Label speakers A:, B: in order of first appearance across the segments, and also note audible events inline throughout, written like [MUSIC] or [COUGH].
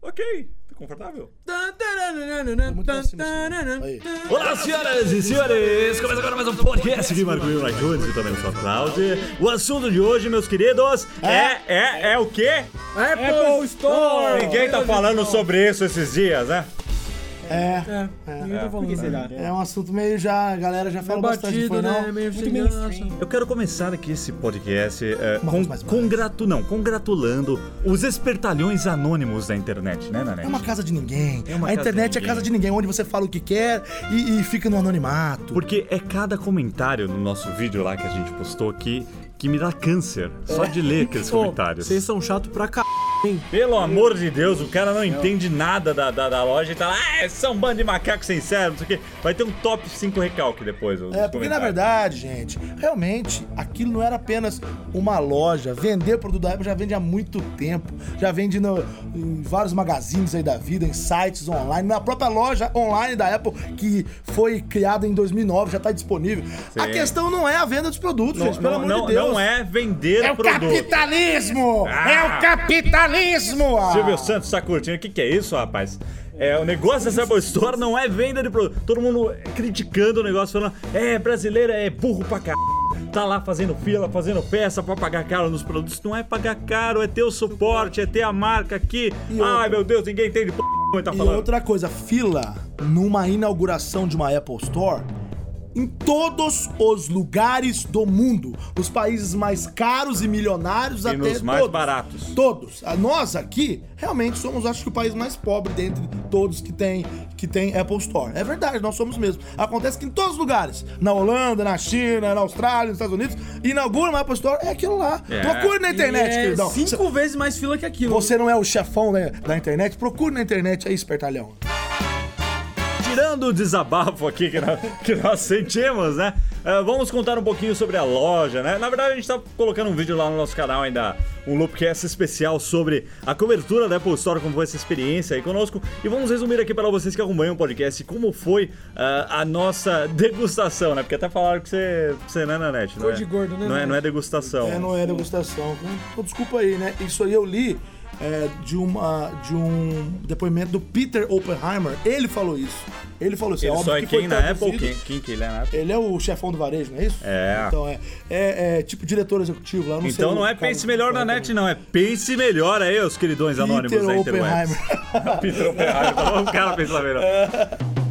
A: Ok, tô confortável.
B: muito pra cima, senhor. Aí.
A: Olá, senhoras e senhores! Começa agora mais um podcast que marcou no iTunes e também no SoundCloud. O assunto de hoje, meus queridos, é, é, é o quê?
B: Apple
C: Oh,
B: Store!
A: Ninguém tá falando sobre isso esses dias, né?
B: É,
D: Ninguém tá falando.
B: é um assunto meio já, a galera já fala bastante, não foi
D: Batido, né?
B: não?
D: Meio sem graça.
A: Eu quero começar aqui esse podcast é,
B: Mas,
A: con-
B: mas, mas.
A: congratu- não, congratulando os espertalhões anônimos da internet, né, Nanete?
B: É uma casa de ninguém.
A: É uma
B: a
A: casa
B: internet
A: de
B: é
A: ninguém.
B: casa de ninguém, onde você fala o que quer e, e fica no anonimato.
A: Porque é cada comentário no nosso vídeo lá que a gente postou aqui que me dá câncer. Só de ler aqueles
D: Ô,
A: comentários.
D: Vocês são chatos pra c. hein?
A: Pelo amor de Deus, o cara não entende nada da, da, da loja e tá lá, ah, são um bando de macacos sem cérebro, não sei o quê. Vai ter um top 5 recalque depois. nos
B: É, porque na
A: comentários.
B: verdade, gente, realmente aquilo não era apenas uma loja. Vender produto da Apple já vende há muito tempo. Já vende no- em vários magazines aí da vida, em sites online. Na própria loja online da Apple, que foi criada em 2009, já tá disponível. A questão não é a venda dos produtos, gente, pelo
A: Não,
B: amor
A: não,
B: de Deus.
A: não é vender
B: É o
A: produto.
B: capitalismo! É
A: Ah!
B: o capitalismo! ah!
A: Silvio Santos tá curtindo. O que, que é isso, rapaz? É, o negócio dessa Apple Store não é venda de produto. Todo mundo criticando o negócio, falando, é, brasileiro é burro pra caralho. Tá lá fazendo fila, fazendo peça pra pagar caro nos produtos. Não é pagar caro, é ter o suporte, é ter a marca aqui. Ai, meu Deus, ninguém entende p*** que tá
B: E
A: falando.
B: outra coisa, fila numa inauguração de uma Apple Store em todos os lugares do mundo. Os países mais caros e milionários até
A: nos mais
B: todos.
A: baratos.
B: Todos. Ah, Nós aqui realmente somos, acho que, o país mais pobre dentre todos que tem, que tem Apple Store. É verdade, nós somos mesmo. Acontece que em todos os lugares, na Holanda, na China, na Austrália, nos Estados Unidos, inaugura uma Apple Store, é aquilo lá.
A: É.
B: Procure na internet,
D: E é
B: queridão.
D: Cinco vezes mais fila que aquilo.
B: Você não é o chefão da, da internet? Procure na internet aí, espertalhão.
A: Tirando o desabafo aqui que nós, que nós sentimos, né? Eh, vamos contar um pouquinho sobre a loja, né? Na verdade, a gente tá colocando um vídeo lá no nosso canal ainda, um Loopcast especial sobre a cobertura da Apple Store, como foi essa experiência aí conosco. E vamos resumir aqui para vocês que acompanham o podcast como foi ah, a nossa degustação, né? Porque até falaram que você, você não é nanete, não
D: Cor
A: é?
D: de gordo,
A: Não
D: né,
A: é, não é
D: Nanete?
A: degustação.
B: É, não é degustação. Então, desculpa aí, né? Isso aí eu li é, de, uma, de um depoimento do Peter Oppenheimer. Ele falou isso. Ele falou isso.
A: Ele
B: óbvio
A: só é
B: que foi
A: quem na
B: traduzido.
A: Apple? Quem, quem que ele é na Apple?
B: Ele é o chefão do varejo, não é isso?
A: É.
B: Então é, é, é tipo diretor executivo lá. eu Não sei
A: Então
B: o
A: não é
B: cara-
A: pense melhor na net, não. É pense melhor aí, os queridões anônimos
B: é Peter
A: da interwebs. [LAUGHS]
B: Oppenheimer. [LAUGHS]
A: Peter Oppenheimer. Vamos, o cara pensa melhor. [LAUGHS]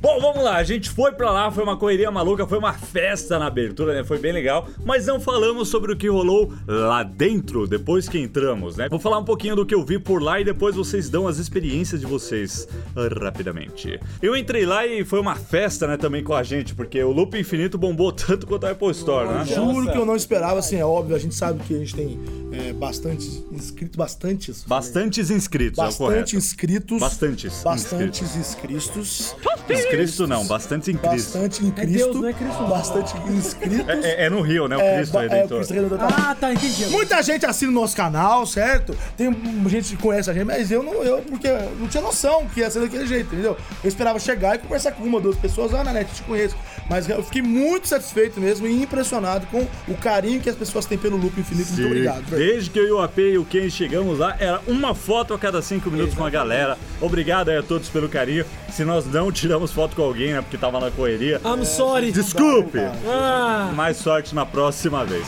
A: Bom, vamos lá, a gente foi pra lá, foi uma correria maluca, foi uma festa na abertura, né? Foi bem legal, mas não falamos sobre o que rolou lá dentro depois que entramos, né? Vou falar um pouquinho do que eu vi por lá e depois vocês dão as experiências de vocês ah, rapidamente. Eu entrei lá e foi uma festa, né, também com a gente, porque o Loop Infinito bombou tanto quanto a Apple Store, né?
B: Juro que eu não esperava, assim, é óbvio, a gente sabe que a gente tem é, bastante inscrito, bastantes.
A: Bastantes inscritos, é o
B: Bastante
A: correto.
B: inscritos.
A: Bastantes
B: Bastantes inscritos.
A: Inscrito não, bastante em Cristo.
B: Bastante em
D: É
B: Cristo.
D: Deus, não é Cristo, não.
B: Bastante inscritos.
A: É, é- é no Rio, né? O
B: É,
A: Cristo
B: ba- é, o
A: Redentor.
B: Cristo Redentor tá lá.
D: Ah, tá, entendi.
B: Muita gente assina o nosso canal, certo? Tem hum, gente que conhece a gente, mas eu não, eu, porque eu não tinha noção que ia ser daquele jeito, entendeu? Eu esperava chegar e conversar com uma, duas pessoas, ah, Nanete, te conheço. Mas eu fiquei muito satisfeito mesmo e impressionado com o carinho que as pessoas têm pelo Loop Infinito.
A: Sim.
B: Muito obrigado. velho.
A: Desde que eu e o AP e o Ken chegamos lá, era uma foto a cada cinco minutos com a galera. Obrigado aí a todos pelo carinho. Se nós não tiramos foto com alguém, né? Porque tava na correria.
D: I'm sorry.
A: Desculpe!
D: Ah,
A: Mais sorte na próxima vez.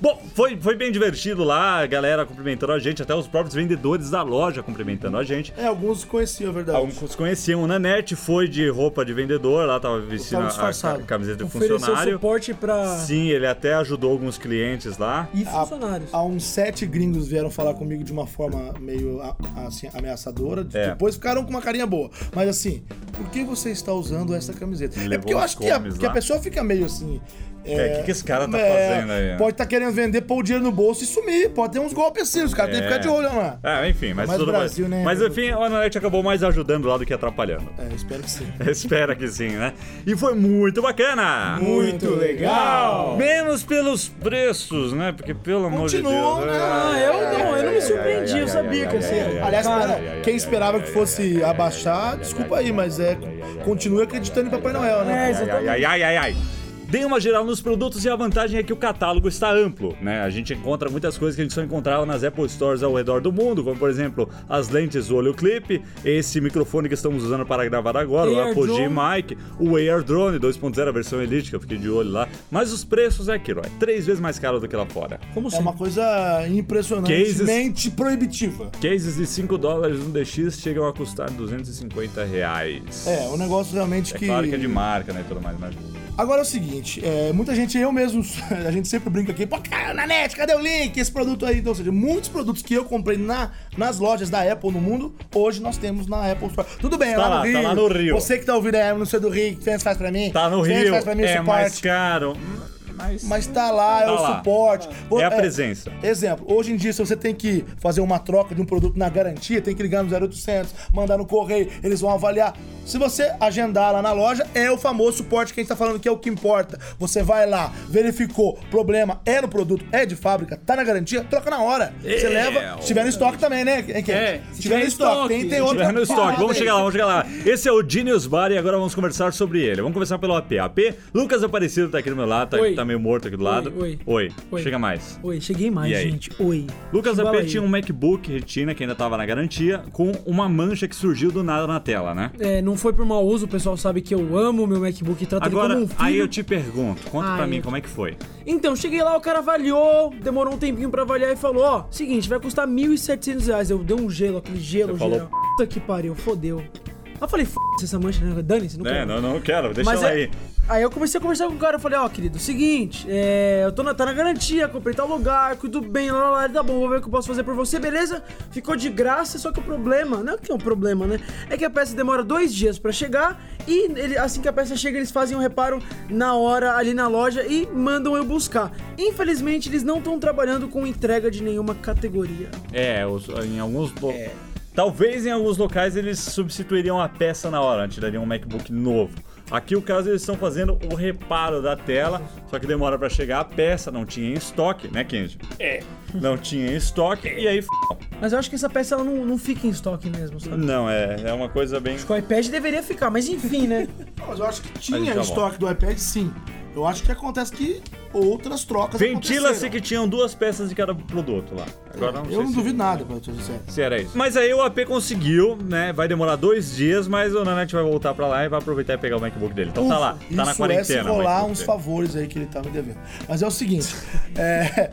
A: Bom, foi, foi bem divertido lá, a galera cumprimentando a gente, até os próprios vendedores da loja cumprimentando a gente.
B: É, alguns conheciam, é verdade.
A: Alguns um- conheciam o Nanete, foi de roupa de vendedor, lá tava vestindo
B: Tava
A: a- a,
B: disfarçado.
A: camiseta de
D: ofereceu
A: funcionário.
D: suporte pra.
A: Sim, ele até ajudou alguns clientes lá.
D: E funcionários.
B: Há uns sete gringos vieram falar comigo de uma forma meio a- assim, ameaçadora. De-
A: É.
B: Depois ficaram com uma carinha boa. Mas assim, por que você está usando essa camiseta?
A: Levou
B: é porque eu
A: os
B: acho que a,
A: comes
B: que a
A: lá.
B: pessoa fica meio assim.
A: É, o que que esse cara tá fazendo aí, ó?
B: Pode estar querendo vender, pôr o dinheiro no bolso e sumir. Pode ter uns golpes assim, os caras têm que ficar de olho lá.
A: Ah, enfim, mas,
B: Mas
A: tudo
B: Brasil,
A: bem.
B: né?
A: Mas enfim, o Nanete acabou mais ajudando lá do que atrapalhando. [LAUGHS]
B: É, espero que sim.
A: Espera que sim, né? E foi muito bacana!
B: Muito legal.
A: Menos pelos preços, né? Porque pelo amor de Deus. É.
B: Continuam, né?
D: Ah, eu não, eu não me surpreendi, eu sabia que ia ser.
B: Aliás,
D: Cara,
B: cara, quem esperava que fosse abaixar, desculpa aí, mas é. Continue acreditando em Papai Noel, né?
D: É, exatamente.
A: Ai, ai, ai, ai. Dei uma geral nos produtos e a vantagem é que o catálogo está amplo, né? A gente encontra muitas coisas que a gente só encontrava nas Apple Stores ao redor do mundo, como por exemplo as lentes olho clip, esse microfone que estamos usando para gravar agora, o
D: Air
A: Apple G
D: Drone.
A: Mic, o Air Drone 2.0, a versão Elite, que eu fiquei de olho lá. Mas os preços é aquilo, é três vezes mais caro do que lá fora.
D: Como
B: É uma
D: sempre.
B: coisa impressionantemente proibitiva.
A: Cases de 5 dólares no DX chegam a custar 250 reais.
B: É, um negócio realmente
A: É
B: que.
A: claro que é de marca, né, e tudo mais, mas...
B: Agora é o seguinte, é, muita gente, eu mesmo, [LAUGHS] a gente sempre brinca aqui, pô, cara, na net, cadê o link? Esse produto aí. Então, ou seja, muitos produtos que eu comprei na- nas lojas da Apple no mundo, hoje nós temos na Apple Store. Tudo bem, é
A: Tá
B: lá,
A: lá,
B: no
A: tá
B: Rio.
A: lá no Rio.
B: Você que tá ouvindo, é, não sei do Rio, que faz pra mim.
A: Tá no
B: Fez,
A: Rio,
B: faz pra mim,
A: é
B: suporte.
A: mais caro, mas...
B: Mas tá lá, é
A: Tá
B: o
A: lá.
B: suporte. Vo-
A: É a presença.
B: exemplo, hoje em dia, se você tem que fazer uma troca de um produto na garantia, tem que ligar no 0800, mandar no correio, eles vão avaliar. Se você agendar lá na loja, é o famoso suporte que a gente tá falando que é o que importa. Você vai lá, verificou, problema é no produto, é de fábrica, tá na garantia, troca na hora. Você
A: É,
B: leva, se tiver no estoque também, né? Ken?
D: É,
B: se,
D: se
B: tiver no estoque, tem, tem outro.
A: Tiver É no estoque, vamos chegar lá, vamos chegar lá. Esse é o Genius Bar e agora vamos conversar sobre ele. Vamos começar pelo AP. AP, Lucas Aparecido tá aqui do meu lado, tá,
D: Oi.
A: tá meio morto aqui do lado.
D: oi. Oi.
A: chega mais.
D: Oi, cheguei mais,
A: E aí?
D: gente. Oi.
A: Lucas
D: Fala
A: AP
D: aí.
A: tinha um MacBook Retina que ainda tava na garantia, com uma mancha que surgiu do nada na tela, né?
D: É, não foi por mau uso, o pessoal sabe que eu amo meu MacBook e trato ele
A: Agora,
D: como um filho. Ah,
A: aí eu te pergunto, conta pra
D: Ai.
A: mim como é que foi.
D: Então, cheguei lá, o cara avaliou, demorou um tempinho pra avaliar e falou, ó, seguinte, vai custar 1.700 reais. Eu dei um gelo, aquele gelo,
A: Você falou,
D: geral. Puta que pariu, fodeu. Aí eu falei, f*** essa mancha, né? Dane-se, não
A: É,
D: quero.
A: não, não quero, deixa
D: Mas
A: ela
D: é-
A: aí.
D: aí eu comecei a conversar com o cara, eu falei, ó, querido, seguinte, é, eu tô na, tá na garantia, comprei tal lugar, cuido bem, lá, lá, lá, tá bom, vou ver o que eu posso fazer por você, beleza? Ficou de graça, só que o problema, não é que é um problema, né? É que a peça demora dois dias pra chegar e ele- assim que a peça chega, eles fazem um reparo na hora ali na loja e mandam eu buscar. Infelizmente, eles não estão trabalhando com entrega de nenhuma categoria.
A: É, os- em alguns. lo-
B: É.
A: Talvez em alguns locais eles substituiriam a peça na hora, tirariam um MacBook novo. Aqui o caso eles estão fazendo o reparo da tela, só que demora pra chegar a peça, não tinha em estoque, né, Kenji? É. Não tinha em estoque e aí f...
D: Mas eu acho que essa peça ela não, não fica em estoque mesmo, sabe?
A: não é, é uma coisa bem
D: Acho que o iPad deveria ficar, mas enfim, né?
B: Não, Mas eu acho que
A: A gente já
B: tinha
A: volta.
B: estoque do iPad, sim. Eu acho que acontece que outras trocas
A: Ventila-se
B: aconteceram.
A: que tinham duas peças de cada produto lá. Agora não sei
B: Eu não
A: se-
B: duvido nada, pra ser sincero.
A: se era isso. Mas aí o AP conseguiu, né? Vai demorar dois dias, mas o Nanete vai voltar pra lá e vai aproveitar e pegar o MacBook dele. Então tá lá,
B: Ufa,
A: tá na
B: isso é se
A: quarentena. o
B: rolar
A: MacBook
B: uns
A: dele.
B: favores aí que ele tá me devendo. Mas é o seguinte, [LAUGHS] é,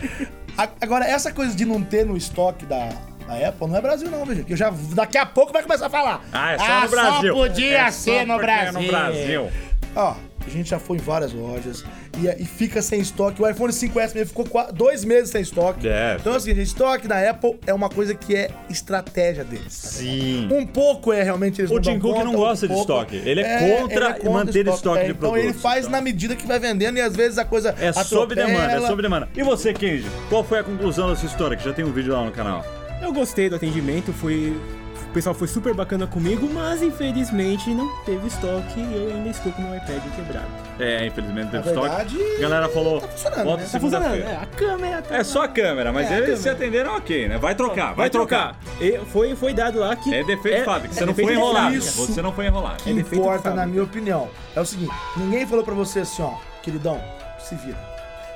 B: a- agora essa coisa de não ter no estoque da, da Apple não é Brasil não, viu, gente? Que eu já daqui a pouco vai começar a falar.
A: Ah, é só no Brasil.
B: só podia
A: É só
B: ser no
A: porque é
B: Brasil.
A: no Brasil.
B: Ó, a gente já foi em várias lojas e, é, e fica sem estoque. O iPhone 5S mesmo ficou qua- dois meses sem estoque.
A: É.
B: Então é o seguinte, estoque da Apple é uma coisa que é estratégia deles.
A: Sim.
B: Um pouco é realmente eles
A: O
B: não dão
A: Tim Cook
B: conta,
A: não gosta de
B: outro pouco.
A: estoque. Ele é contra manter estoque de
B: então ele
A: produtos,
B: faz
A: então.
B: na medida que vai vendendo e às vezes a coisa
A: É sob
B: atropela.
A: demanda, é sob demanda. E você, Kenji, qual foi a conclusão dessa história? Que já tem um vídeo lá no canal.
C: Eu gostei do atendimento, foi. O pessoal foi super bacana comigo, mas infelizmente não teve estoque e eu ainda estou com meu iPad
D: Tá
C: quebrado.
A: É, infelizmente
B: Na
A: teve estoque.
B: verdade,
A: A galera falou,
B: tá funcionando,
A: volta
B: né? Tá
A: segunda-feira.
C: é, a câmera tá.
A: É só a câmera, mas
C: É, a
A: eles
C: câmera.
A: se atenderam ok, né? Vai trocar, vai, trocar.
C: E foi, foi dado lá que.
A: É defeito de fábrica, você não
C: defeito
A: foi
C: de
A: enrolado.
C: fábrica.
B: Isso.
A: Você não foi enrolado.
B: que
C: É defeito
B: importa,
C: de
B: na
C: fábrica.
B: minha opinião. É o seguinte: ninguém falou pra você assim, ó, queridão, se vira.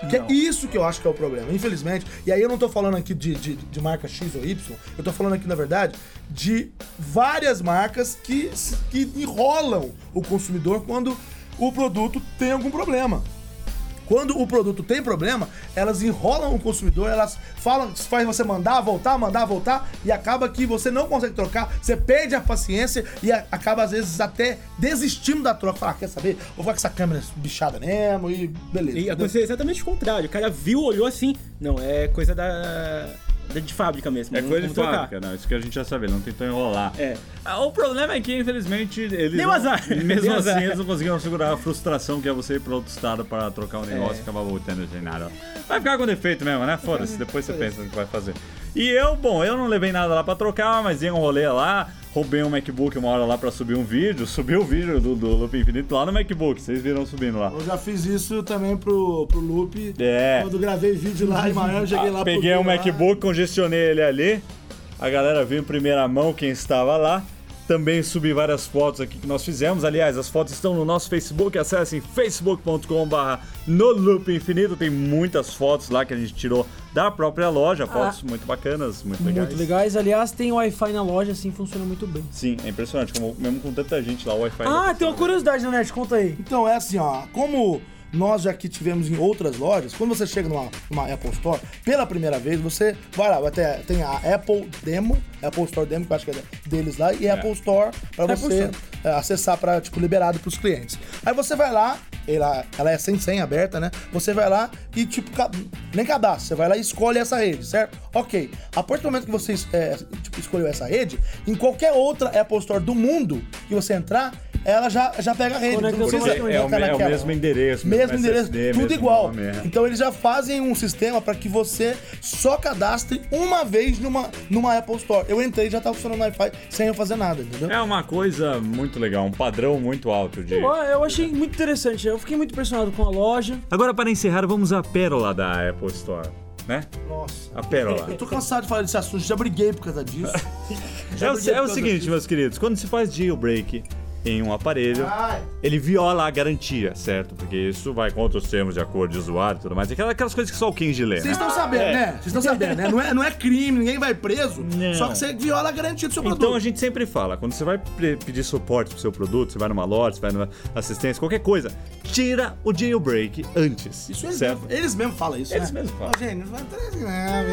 B: Que é
C: Não.
B: isso que eu acho que é o problema, infelizmente. E aí eu não tô falando aqui de, de, de marca X ou Y, eu tô falando aqui, na verdade, de várias marcas que, se- que enrolam o consumidor quando o produto tem algum problema. Quando o produto tem problema, elas enrolam o consumidor, elas falam, faz você mandar, voltar, mandar, voltar, e acaba que você não consegue trocar, você perde a paciência e a- acaba, às vezes, até desistindo da troca. Fala, ah, quer saber? Vou ficar com essa câmera bichada mesmo e beleza.
C: E aconteceu exatamente o contrário. O cara viu, olhou assim. Não, é coisa da. da- de fábrica mesmo.
A: É
C: não
A: coisa de
C: vamos trocar.
A: fábrica, não. Isso que a gente já sabe, ele não tentou enrolar.
C: É.
A: Ah, O problema é que, infelizmente, eles.
C: Deu
A: não-
C: azar.
A: [LAUGHS] Mesmo
C: Deu
A: assim,
C: azar.
A: eles não conseguiram segurar a frustração que é você ir para outro estado para trocar o
C: É.
A: negócio e acabar voltando sem nada. Vai ficar com defeito mesmo, né? Foda-se, depois você pensa no que vai fazer. E eu, bom, eu não levei nada lá pra trocar, mas enrolei lá, roubei um MacBook uma hora lá pra subir um vídeo, [LAUGHS] subi o vídeo do, do Loop Infinito lá no MacBook, vocês viram subindo lá.
B: Eu já fiz isso também pro, pro Loop.
A: É.
B: Quando gravei vídeo lá em Miami, cheguei lá
A: Peguei
B: pro
A: um MacBook, congestionei ele ali. A galera viu em primeira mão quem estava lá. também subir várias fotos aqui que nós fizemos. Aliás, as fotos estão no nosso Facebook. Acessem facebook.com.br no loop infinito. Tem muitas fotos lá que a gente tirou da própria loja. Fotos muito bacanas, muito legais.
D: Muito legais. Aliás, tem Wi-Fi na loja, assim funciona muito bem.
A: Sim, é impressionante. Como, mesmo com tanta gente lá, o Wi-Fi. ainda
D: Ah, tem uma
A: funciona.
D: curiosidade, né, Nerd? Conta aí.
B: Então é assim, ó, como nós já que tivemos em outras lojas, quando você chega numa, numa Apple Store, pela primeira vez, você vai lá, vai ter, tem a Apple Demo, Apple Store Demo, que eu acho que é deles lá, e Apple Store pra
D: Apple
B: você
D: Store.
B: é, acessar para tipo, liberado pros clientes. Aí você vai lá, ela, ela é sem senha aberta, né? Você vai lá e, tipo, ca- nem cadastro, você vai lá e escolhe essa rede, certo? Ok. A partir do momento que você é, tipo, escolheu essa rede, em qualquer outra Apple Store do mundo que você entrar, ela já, já pega a rede.
D: Conecta
B: Não
D: o seu
B: precisa
D: Porque
A: É, o,
B: clicar
A: me- é o
B: naquela.
A: mesmo endereço,
B: Mesmo endereço,
A: SSD,
B: tudo
A: mesmo
B: igual.
A: nome, é.
B: Então eles já fazem um sistema para que você só cadastre uma vez numa, numa Apple Store. Eu entrei e já tava funcionando o Wi-Fi sem eu fazer nada, entendeu?
A: É uma coisa muito legal, um padrão muito alto de.
D: Ó, eu achei muito interessante. Eu fiquei muito impressionado com a loja.
A: Agora, para encerrar, vamos à pérola da Apple Store, né?
B: Nossa.
A: A pérola.
B: Eu tô cansado de falar desse assunto, já briguei por causa disso.
A: É o, é
B: briguei
A: o
B: por causa
A: seguinte,
B: disso.
A: meus queridos, quando se faz jailbreak em um aparelho,
B: Ai.
A: ele viola a garantia, certo? Porque isso vai contra os termos de acordo de usuário e tudo mais. Aquelas, aquelas coisas que só o Kenji lê, né?
B: Vocês estão sabendo, né? Vocês estão sabendo, né? Não é, não é crime, ninguém vai preso,
A: Não.
B: só que você viola a garantia do seu
A: Então
B: produto.
A: a gente sempre fala, quando você vai pre- pedir suporte pro seu produto, você vai numa loja, você vai numa assistência, qualquer coisa, tira o jailbreak antes.
B: Isso eles,
A: certo?
B: mesmo, eles mesmos falam isso,
A: Eles
B: né?
A: mesmos falam.
B: Ó, gente, não traz nada,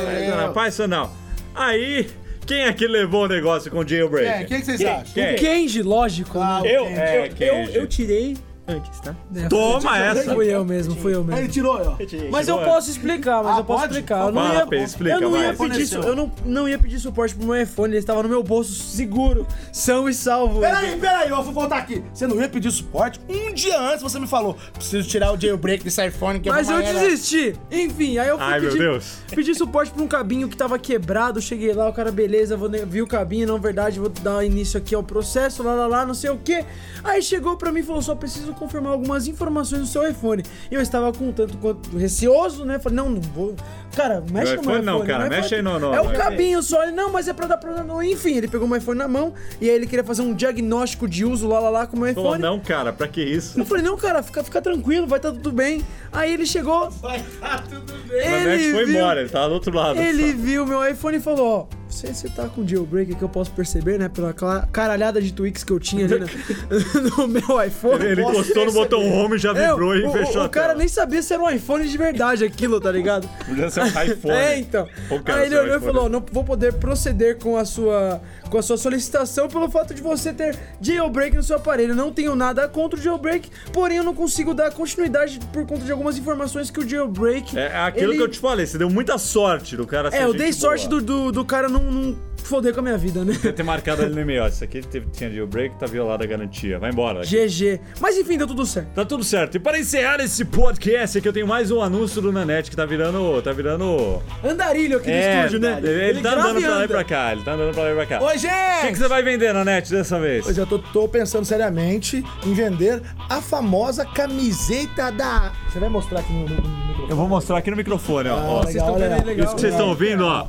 A: É,
B: velho.
A: Dona Paz, isso não. Aí, quem é que levou o negócio com o jailbreak?
B: É, o que que vocês acham?
A: Quem?
D: O Kenji, lógico.
B: Ah,
D: né?
A: Eu,
B: Entendi.
A: é,
C: Eu,
A: Kenji.
C: eu tirei antes, tá?
A: Toma essa.
D: Fui eu mesmo, fui eu
B: Aí ele
D: mesmo.
B: tirou, ó.
D: Mas eu
A: Agora-
D: posso explicar, mas
B: Ah,
D: eu posso
B: pode?
D: explicar. Eu não
A: Fala,
D: ia,
A: Pê, explica,
D: eu não ia
A: vai.
D: pedir, su- eu não, não ia pedir suporte pro meu iPhone, ele estava no meu bolso seguro, são e salvo.
B: Peraí, peraí, eu vou voltar aqui. Você não ia pedir suporte? Um dia antes você me falou: preciso tirar o jailbreak desse iPhone que é
D: Mas
B: vou
D: eu
B: maiar-
D: desisti. Enfim, aí eu fui
A: Ai, meu
D: pedir,
A: Deus.
D: pedir suporte pra um cabinho que tava quebrado. Cheguei lá, o cara, beleza, vou ne- vi o cabinho, não verdade, vou dar início aqui ao processo, lá, lá, lá, não sei o quê. Aí chegou pra mim e falou, só preciso confirmar algumas informações no seu iPhone. E eu estava com um tanto quanto receoso, né? Falei, não, não vou... Cara, mexe no meu
A: iPhone
D: iPhone.
A: não, cara,
D: meu
A: mexe
D: iPhone-
A: aí no- no-
D: É o
A: no-
D: cabinho só, ele, não, mas é pra dar problema. não." Enfim, ele pegou meu iPhone na mão e aí ele queria fazer um diagnóstico de uso, lá, lá, lá, com o meu iPhone.
A: Falou, não, cara, pra que isso?
D: Eu falei, não, cara, fica, fica tranquilo, vai estar tudo bem. Aí ele chegou. Vai estar tudo bem.
A: Mas o
D: Ele
A: Max foi
D: viu,
A: embora, ele tava do outro lado.
D: Ele viu meu iPhone e falou, ó, você, você tá com jailbreak que eu posso perceber, né? Pela cla- caralhada de tweaks que eu tinha ali [LAUGHS] no, no meu iPhone.
A: Ele encostou no botão home, já
D: Eu,
A: vibrou e
D: o,
A: fechou
D: o,
A: a
D: o cara
A: tela.
D: nem sabia se era um iPhone de verdade aquilo, tá ligado?
A: Podia ser
D: [LAUGHS]
A: um iPhone.
D: É, então.
A: Ou cara,
D: Aí ele
A: seu
D: olhou e
A: iPhone.
D: falou: não vou poder proceder com a sua com a sua solicitação pelo fato de você ter jailbreak no seu aparelho. Não tenho nada contra o jailbreak, porém eu não consigo dar continuidade por conta de algumas informações que o jailbreak.
A: É aquilo
D: ele-
A: que eu te falei, você deu muita sorte do cara ser
D: É, eu
A: gente
D: dei sorte do,
A: boa.
D: do, do cara não, não foder com a
A: [LAUGHS]
D: minha vida, né?
A: Deve ter marcado ali no e-mail, ó, isso aqui teve, tinha jailbreak, tá violada a garantia. Vai embora. daqui.
D: GG. Mas enfim, deu tudo certo.
A: Tá tudo certo. E para encerrar esse podcast aqui, eu tenho mais um anúncio do Nanete que tá virando. Tá virando.
D: Andarilho aqui no estúdio, né?
A: É, Ele, ele tá
D: grava
A: andando
D: e
A: pra lá e
D: anda.
A: pra cá. Ele tá andando pra lá e pra cá.
B: Oi,
A: O que, que
B: gente!
A: você vai vender, Nanete, dessa vez?
B: Pois é, eu tô, tô pensando seriamente em vender a famosa camiseta da. Você vai mostrar aqui no, no- no microfone?
A: Eu vou mostrar aqui no microfone, ó. ó.
B: legal,
D: estão vendo
B: olha
D: aí,
B: lá.
D: legal.
A: Isso que vocês estão ouvindo, ó.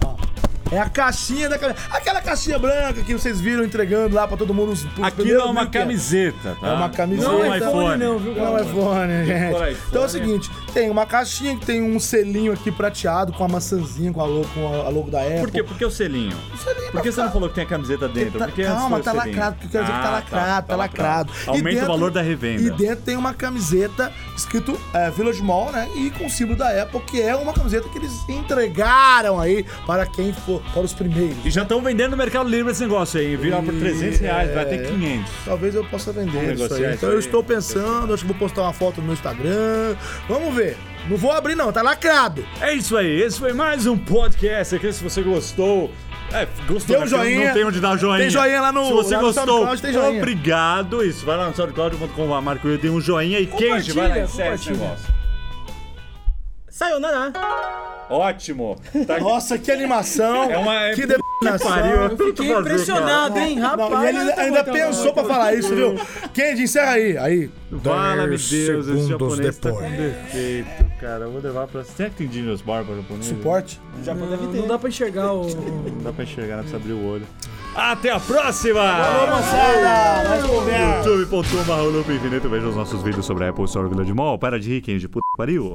B: É a caixinha da camiseta. Aquela caixinha branca que vocês viram entregando lá pra todo mundo. os- os
A: Aqui
B: primeiros
A: não é uma
B: mil que é.
A: camiseta, tá?
B: É uma camiseta.
A: Não é um
B: Não,
A: iPhone.
D: não, viu?
B: Não é iPhone,
A: Por
B: gente.
A: iPhone.
B: Então é o seguinte, tem uma caixinha que tem um selinho aqui prateado com a maçãzinha, com a logo, com a a logo da Apple. Um
A: Por quê? Por que o selinho?
B: selinho
A: Por que
B: pra
A: você não
B: cá.
A: falou que tem a camiseta dentro?
B: Tá-
A: Porque antes
B: calma,
A: foi o
B: tá
A: selinho.
B: lacrado, porque quer dizer que tá
A: Ah,
B: lacrado, tá,
A: tá
B: lacrado. E
A: Aumenta
B: dentro-
A: o valor da revenda.
B: E dentro tem uma camiseta escrito é, Village Mall, né? E com o símbolo da Apple, que é uma camiseta que eles entregaram aí para quem for, para os primeiros.
A: E já estão vendendo no Mercado Livre esse negócio aí. Viram por 300 reais, vai
B: é.
A: até 500.
B: Talvez eu possa vender
A: Vamos
B: isso
A: negociar
B: aí.
A: isso
B: Então eu
A: aí.
B: estou pensando, acho que vou postar uma foto no meu Instagram. Vamos ver. Não vou abrir não, tá lacrado.
A: É isso aí. Esse foi mais um podcast aqui. Se você gostou... É, gostou,
B: Dê um
A: né? Porque
B: joinha.
A: Não tem onde dar joinha.
B: Tem joinha lá no-
A: Se você
B: lá no
A: gostou,
B: SoundCloud, tem joinha.
A: obrigado. Isso, vai lá no soundcloud.com, Marco Will, tem um joinha. E quente, vai lá,
D: Compartilha,
A: encerra esse
D: compartilha.
A: negócio.
C: Saiu, Naná.
A: Ótimo.
B: [LAUGHS]
A: Tá aqui.
B: né? Nossa, que animação.
A: É uma- que
B: Que de...
A: pariu.
D: Eu fiquei impressionado, hein, rapaz.
B: Não, e ele
D: eu tô
B: ainda
D: tá botando-
B: pensou pra falar isso, viu? Kendi, encerra aí. Aí.
A: Fala, meu
B: Dez
A: Deus, esse
B: segundos
A: japonês tá com
B: depois.
A: defeito, cara. Eu vou levar pra... Será que tem Genius Bar pra japonês?
B: Suporte?
C: Já deve
D: Não, não dá pra enxergar o.
A: Não dá pra enxergar, né? precisa abrir o olho. Até a próxima!
B: Ô, moçada, nós conversa.
A: youtube.com.br Veja os nossos vídeos sobre a Apple Store Vila de Mall. Para de rir, quem de puta que pariu.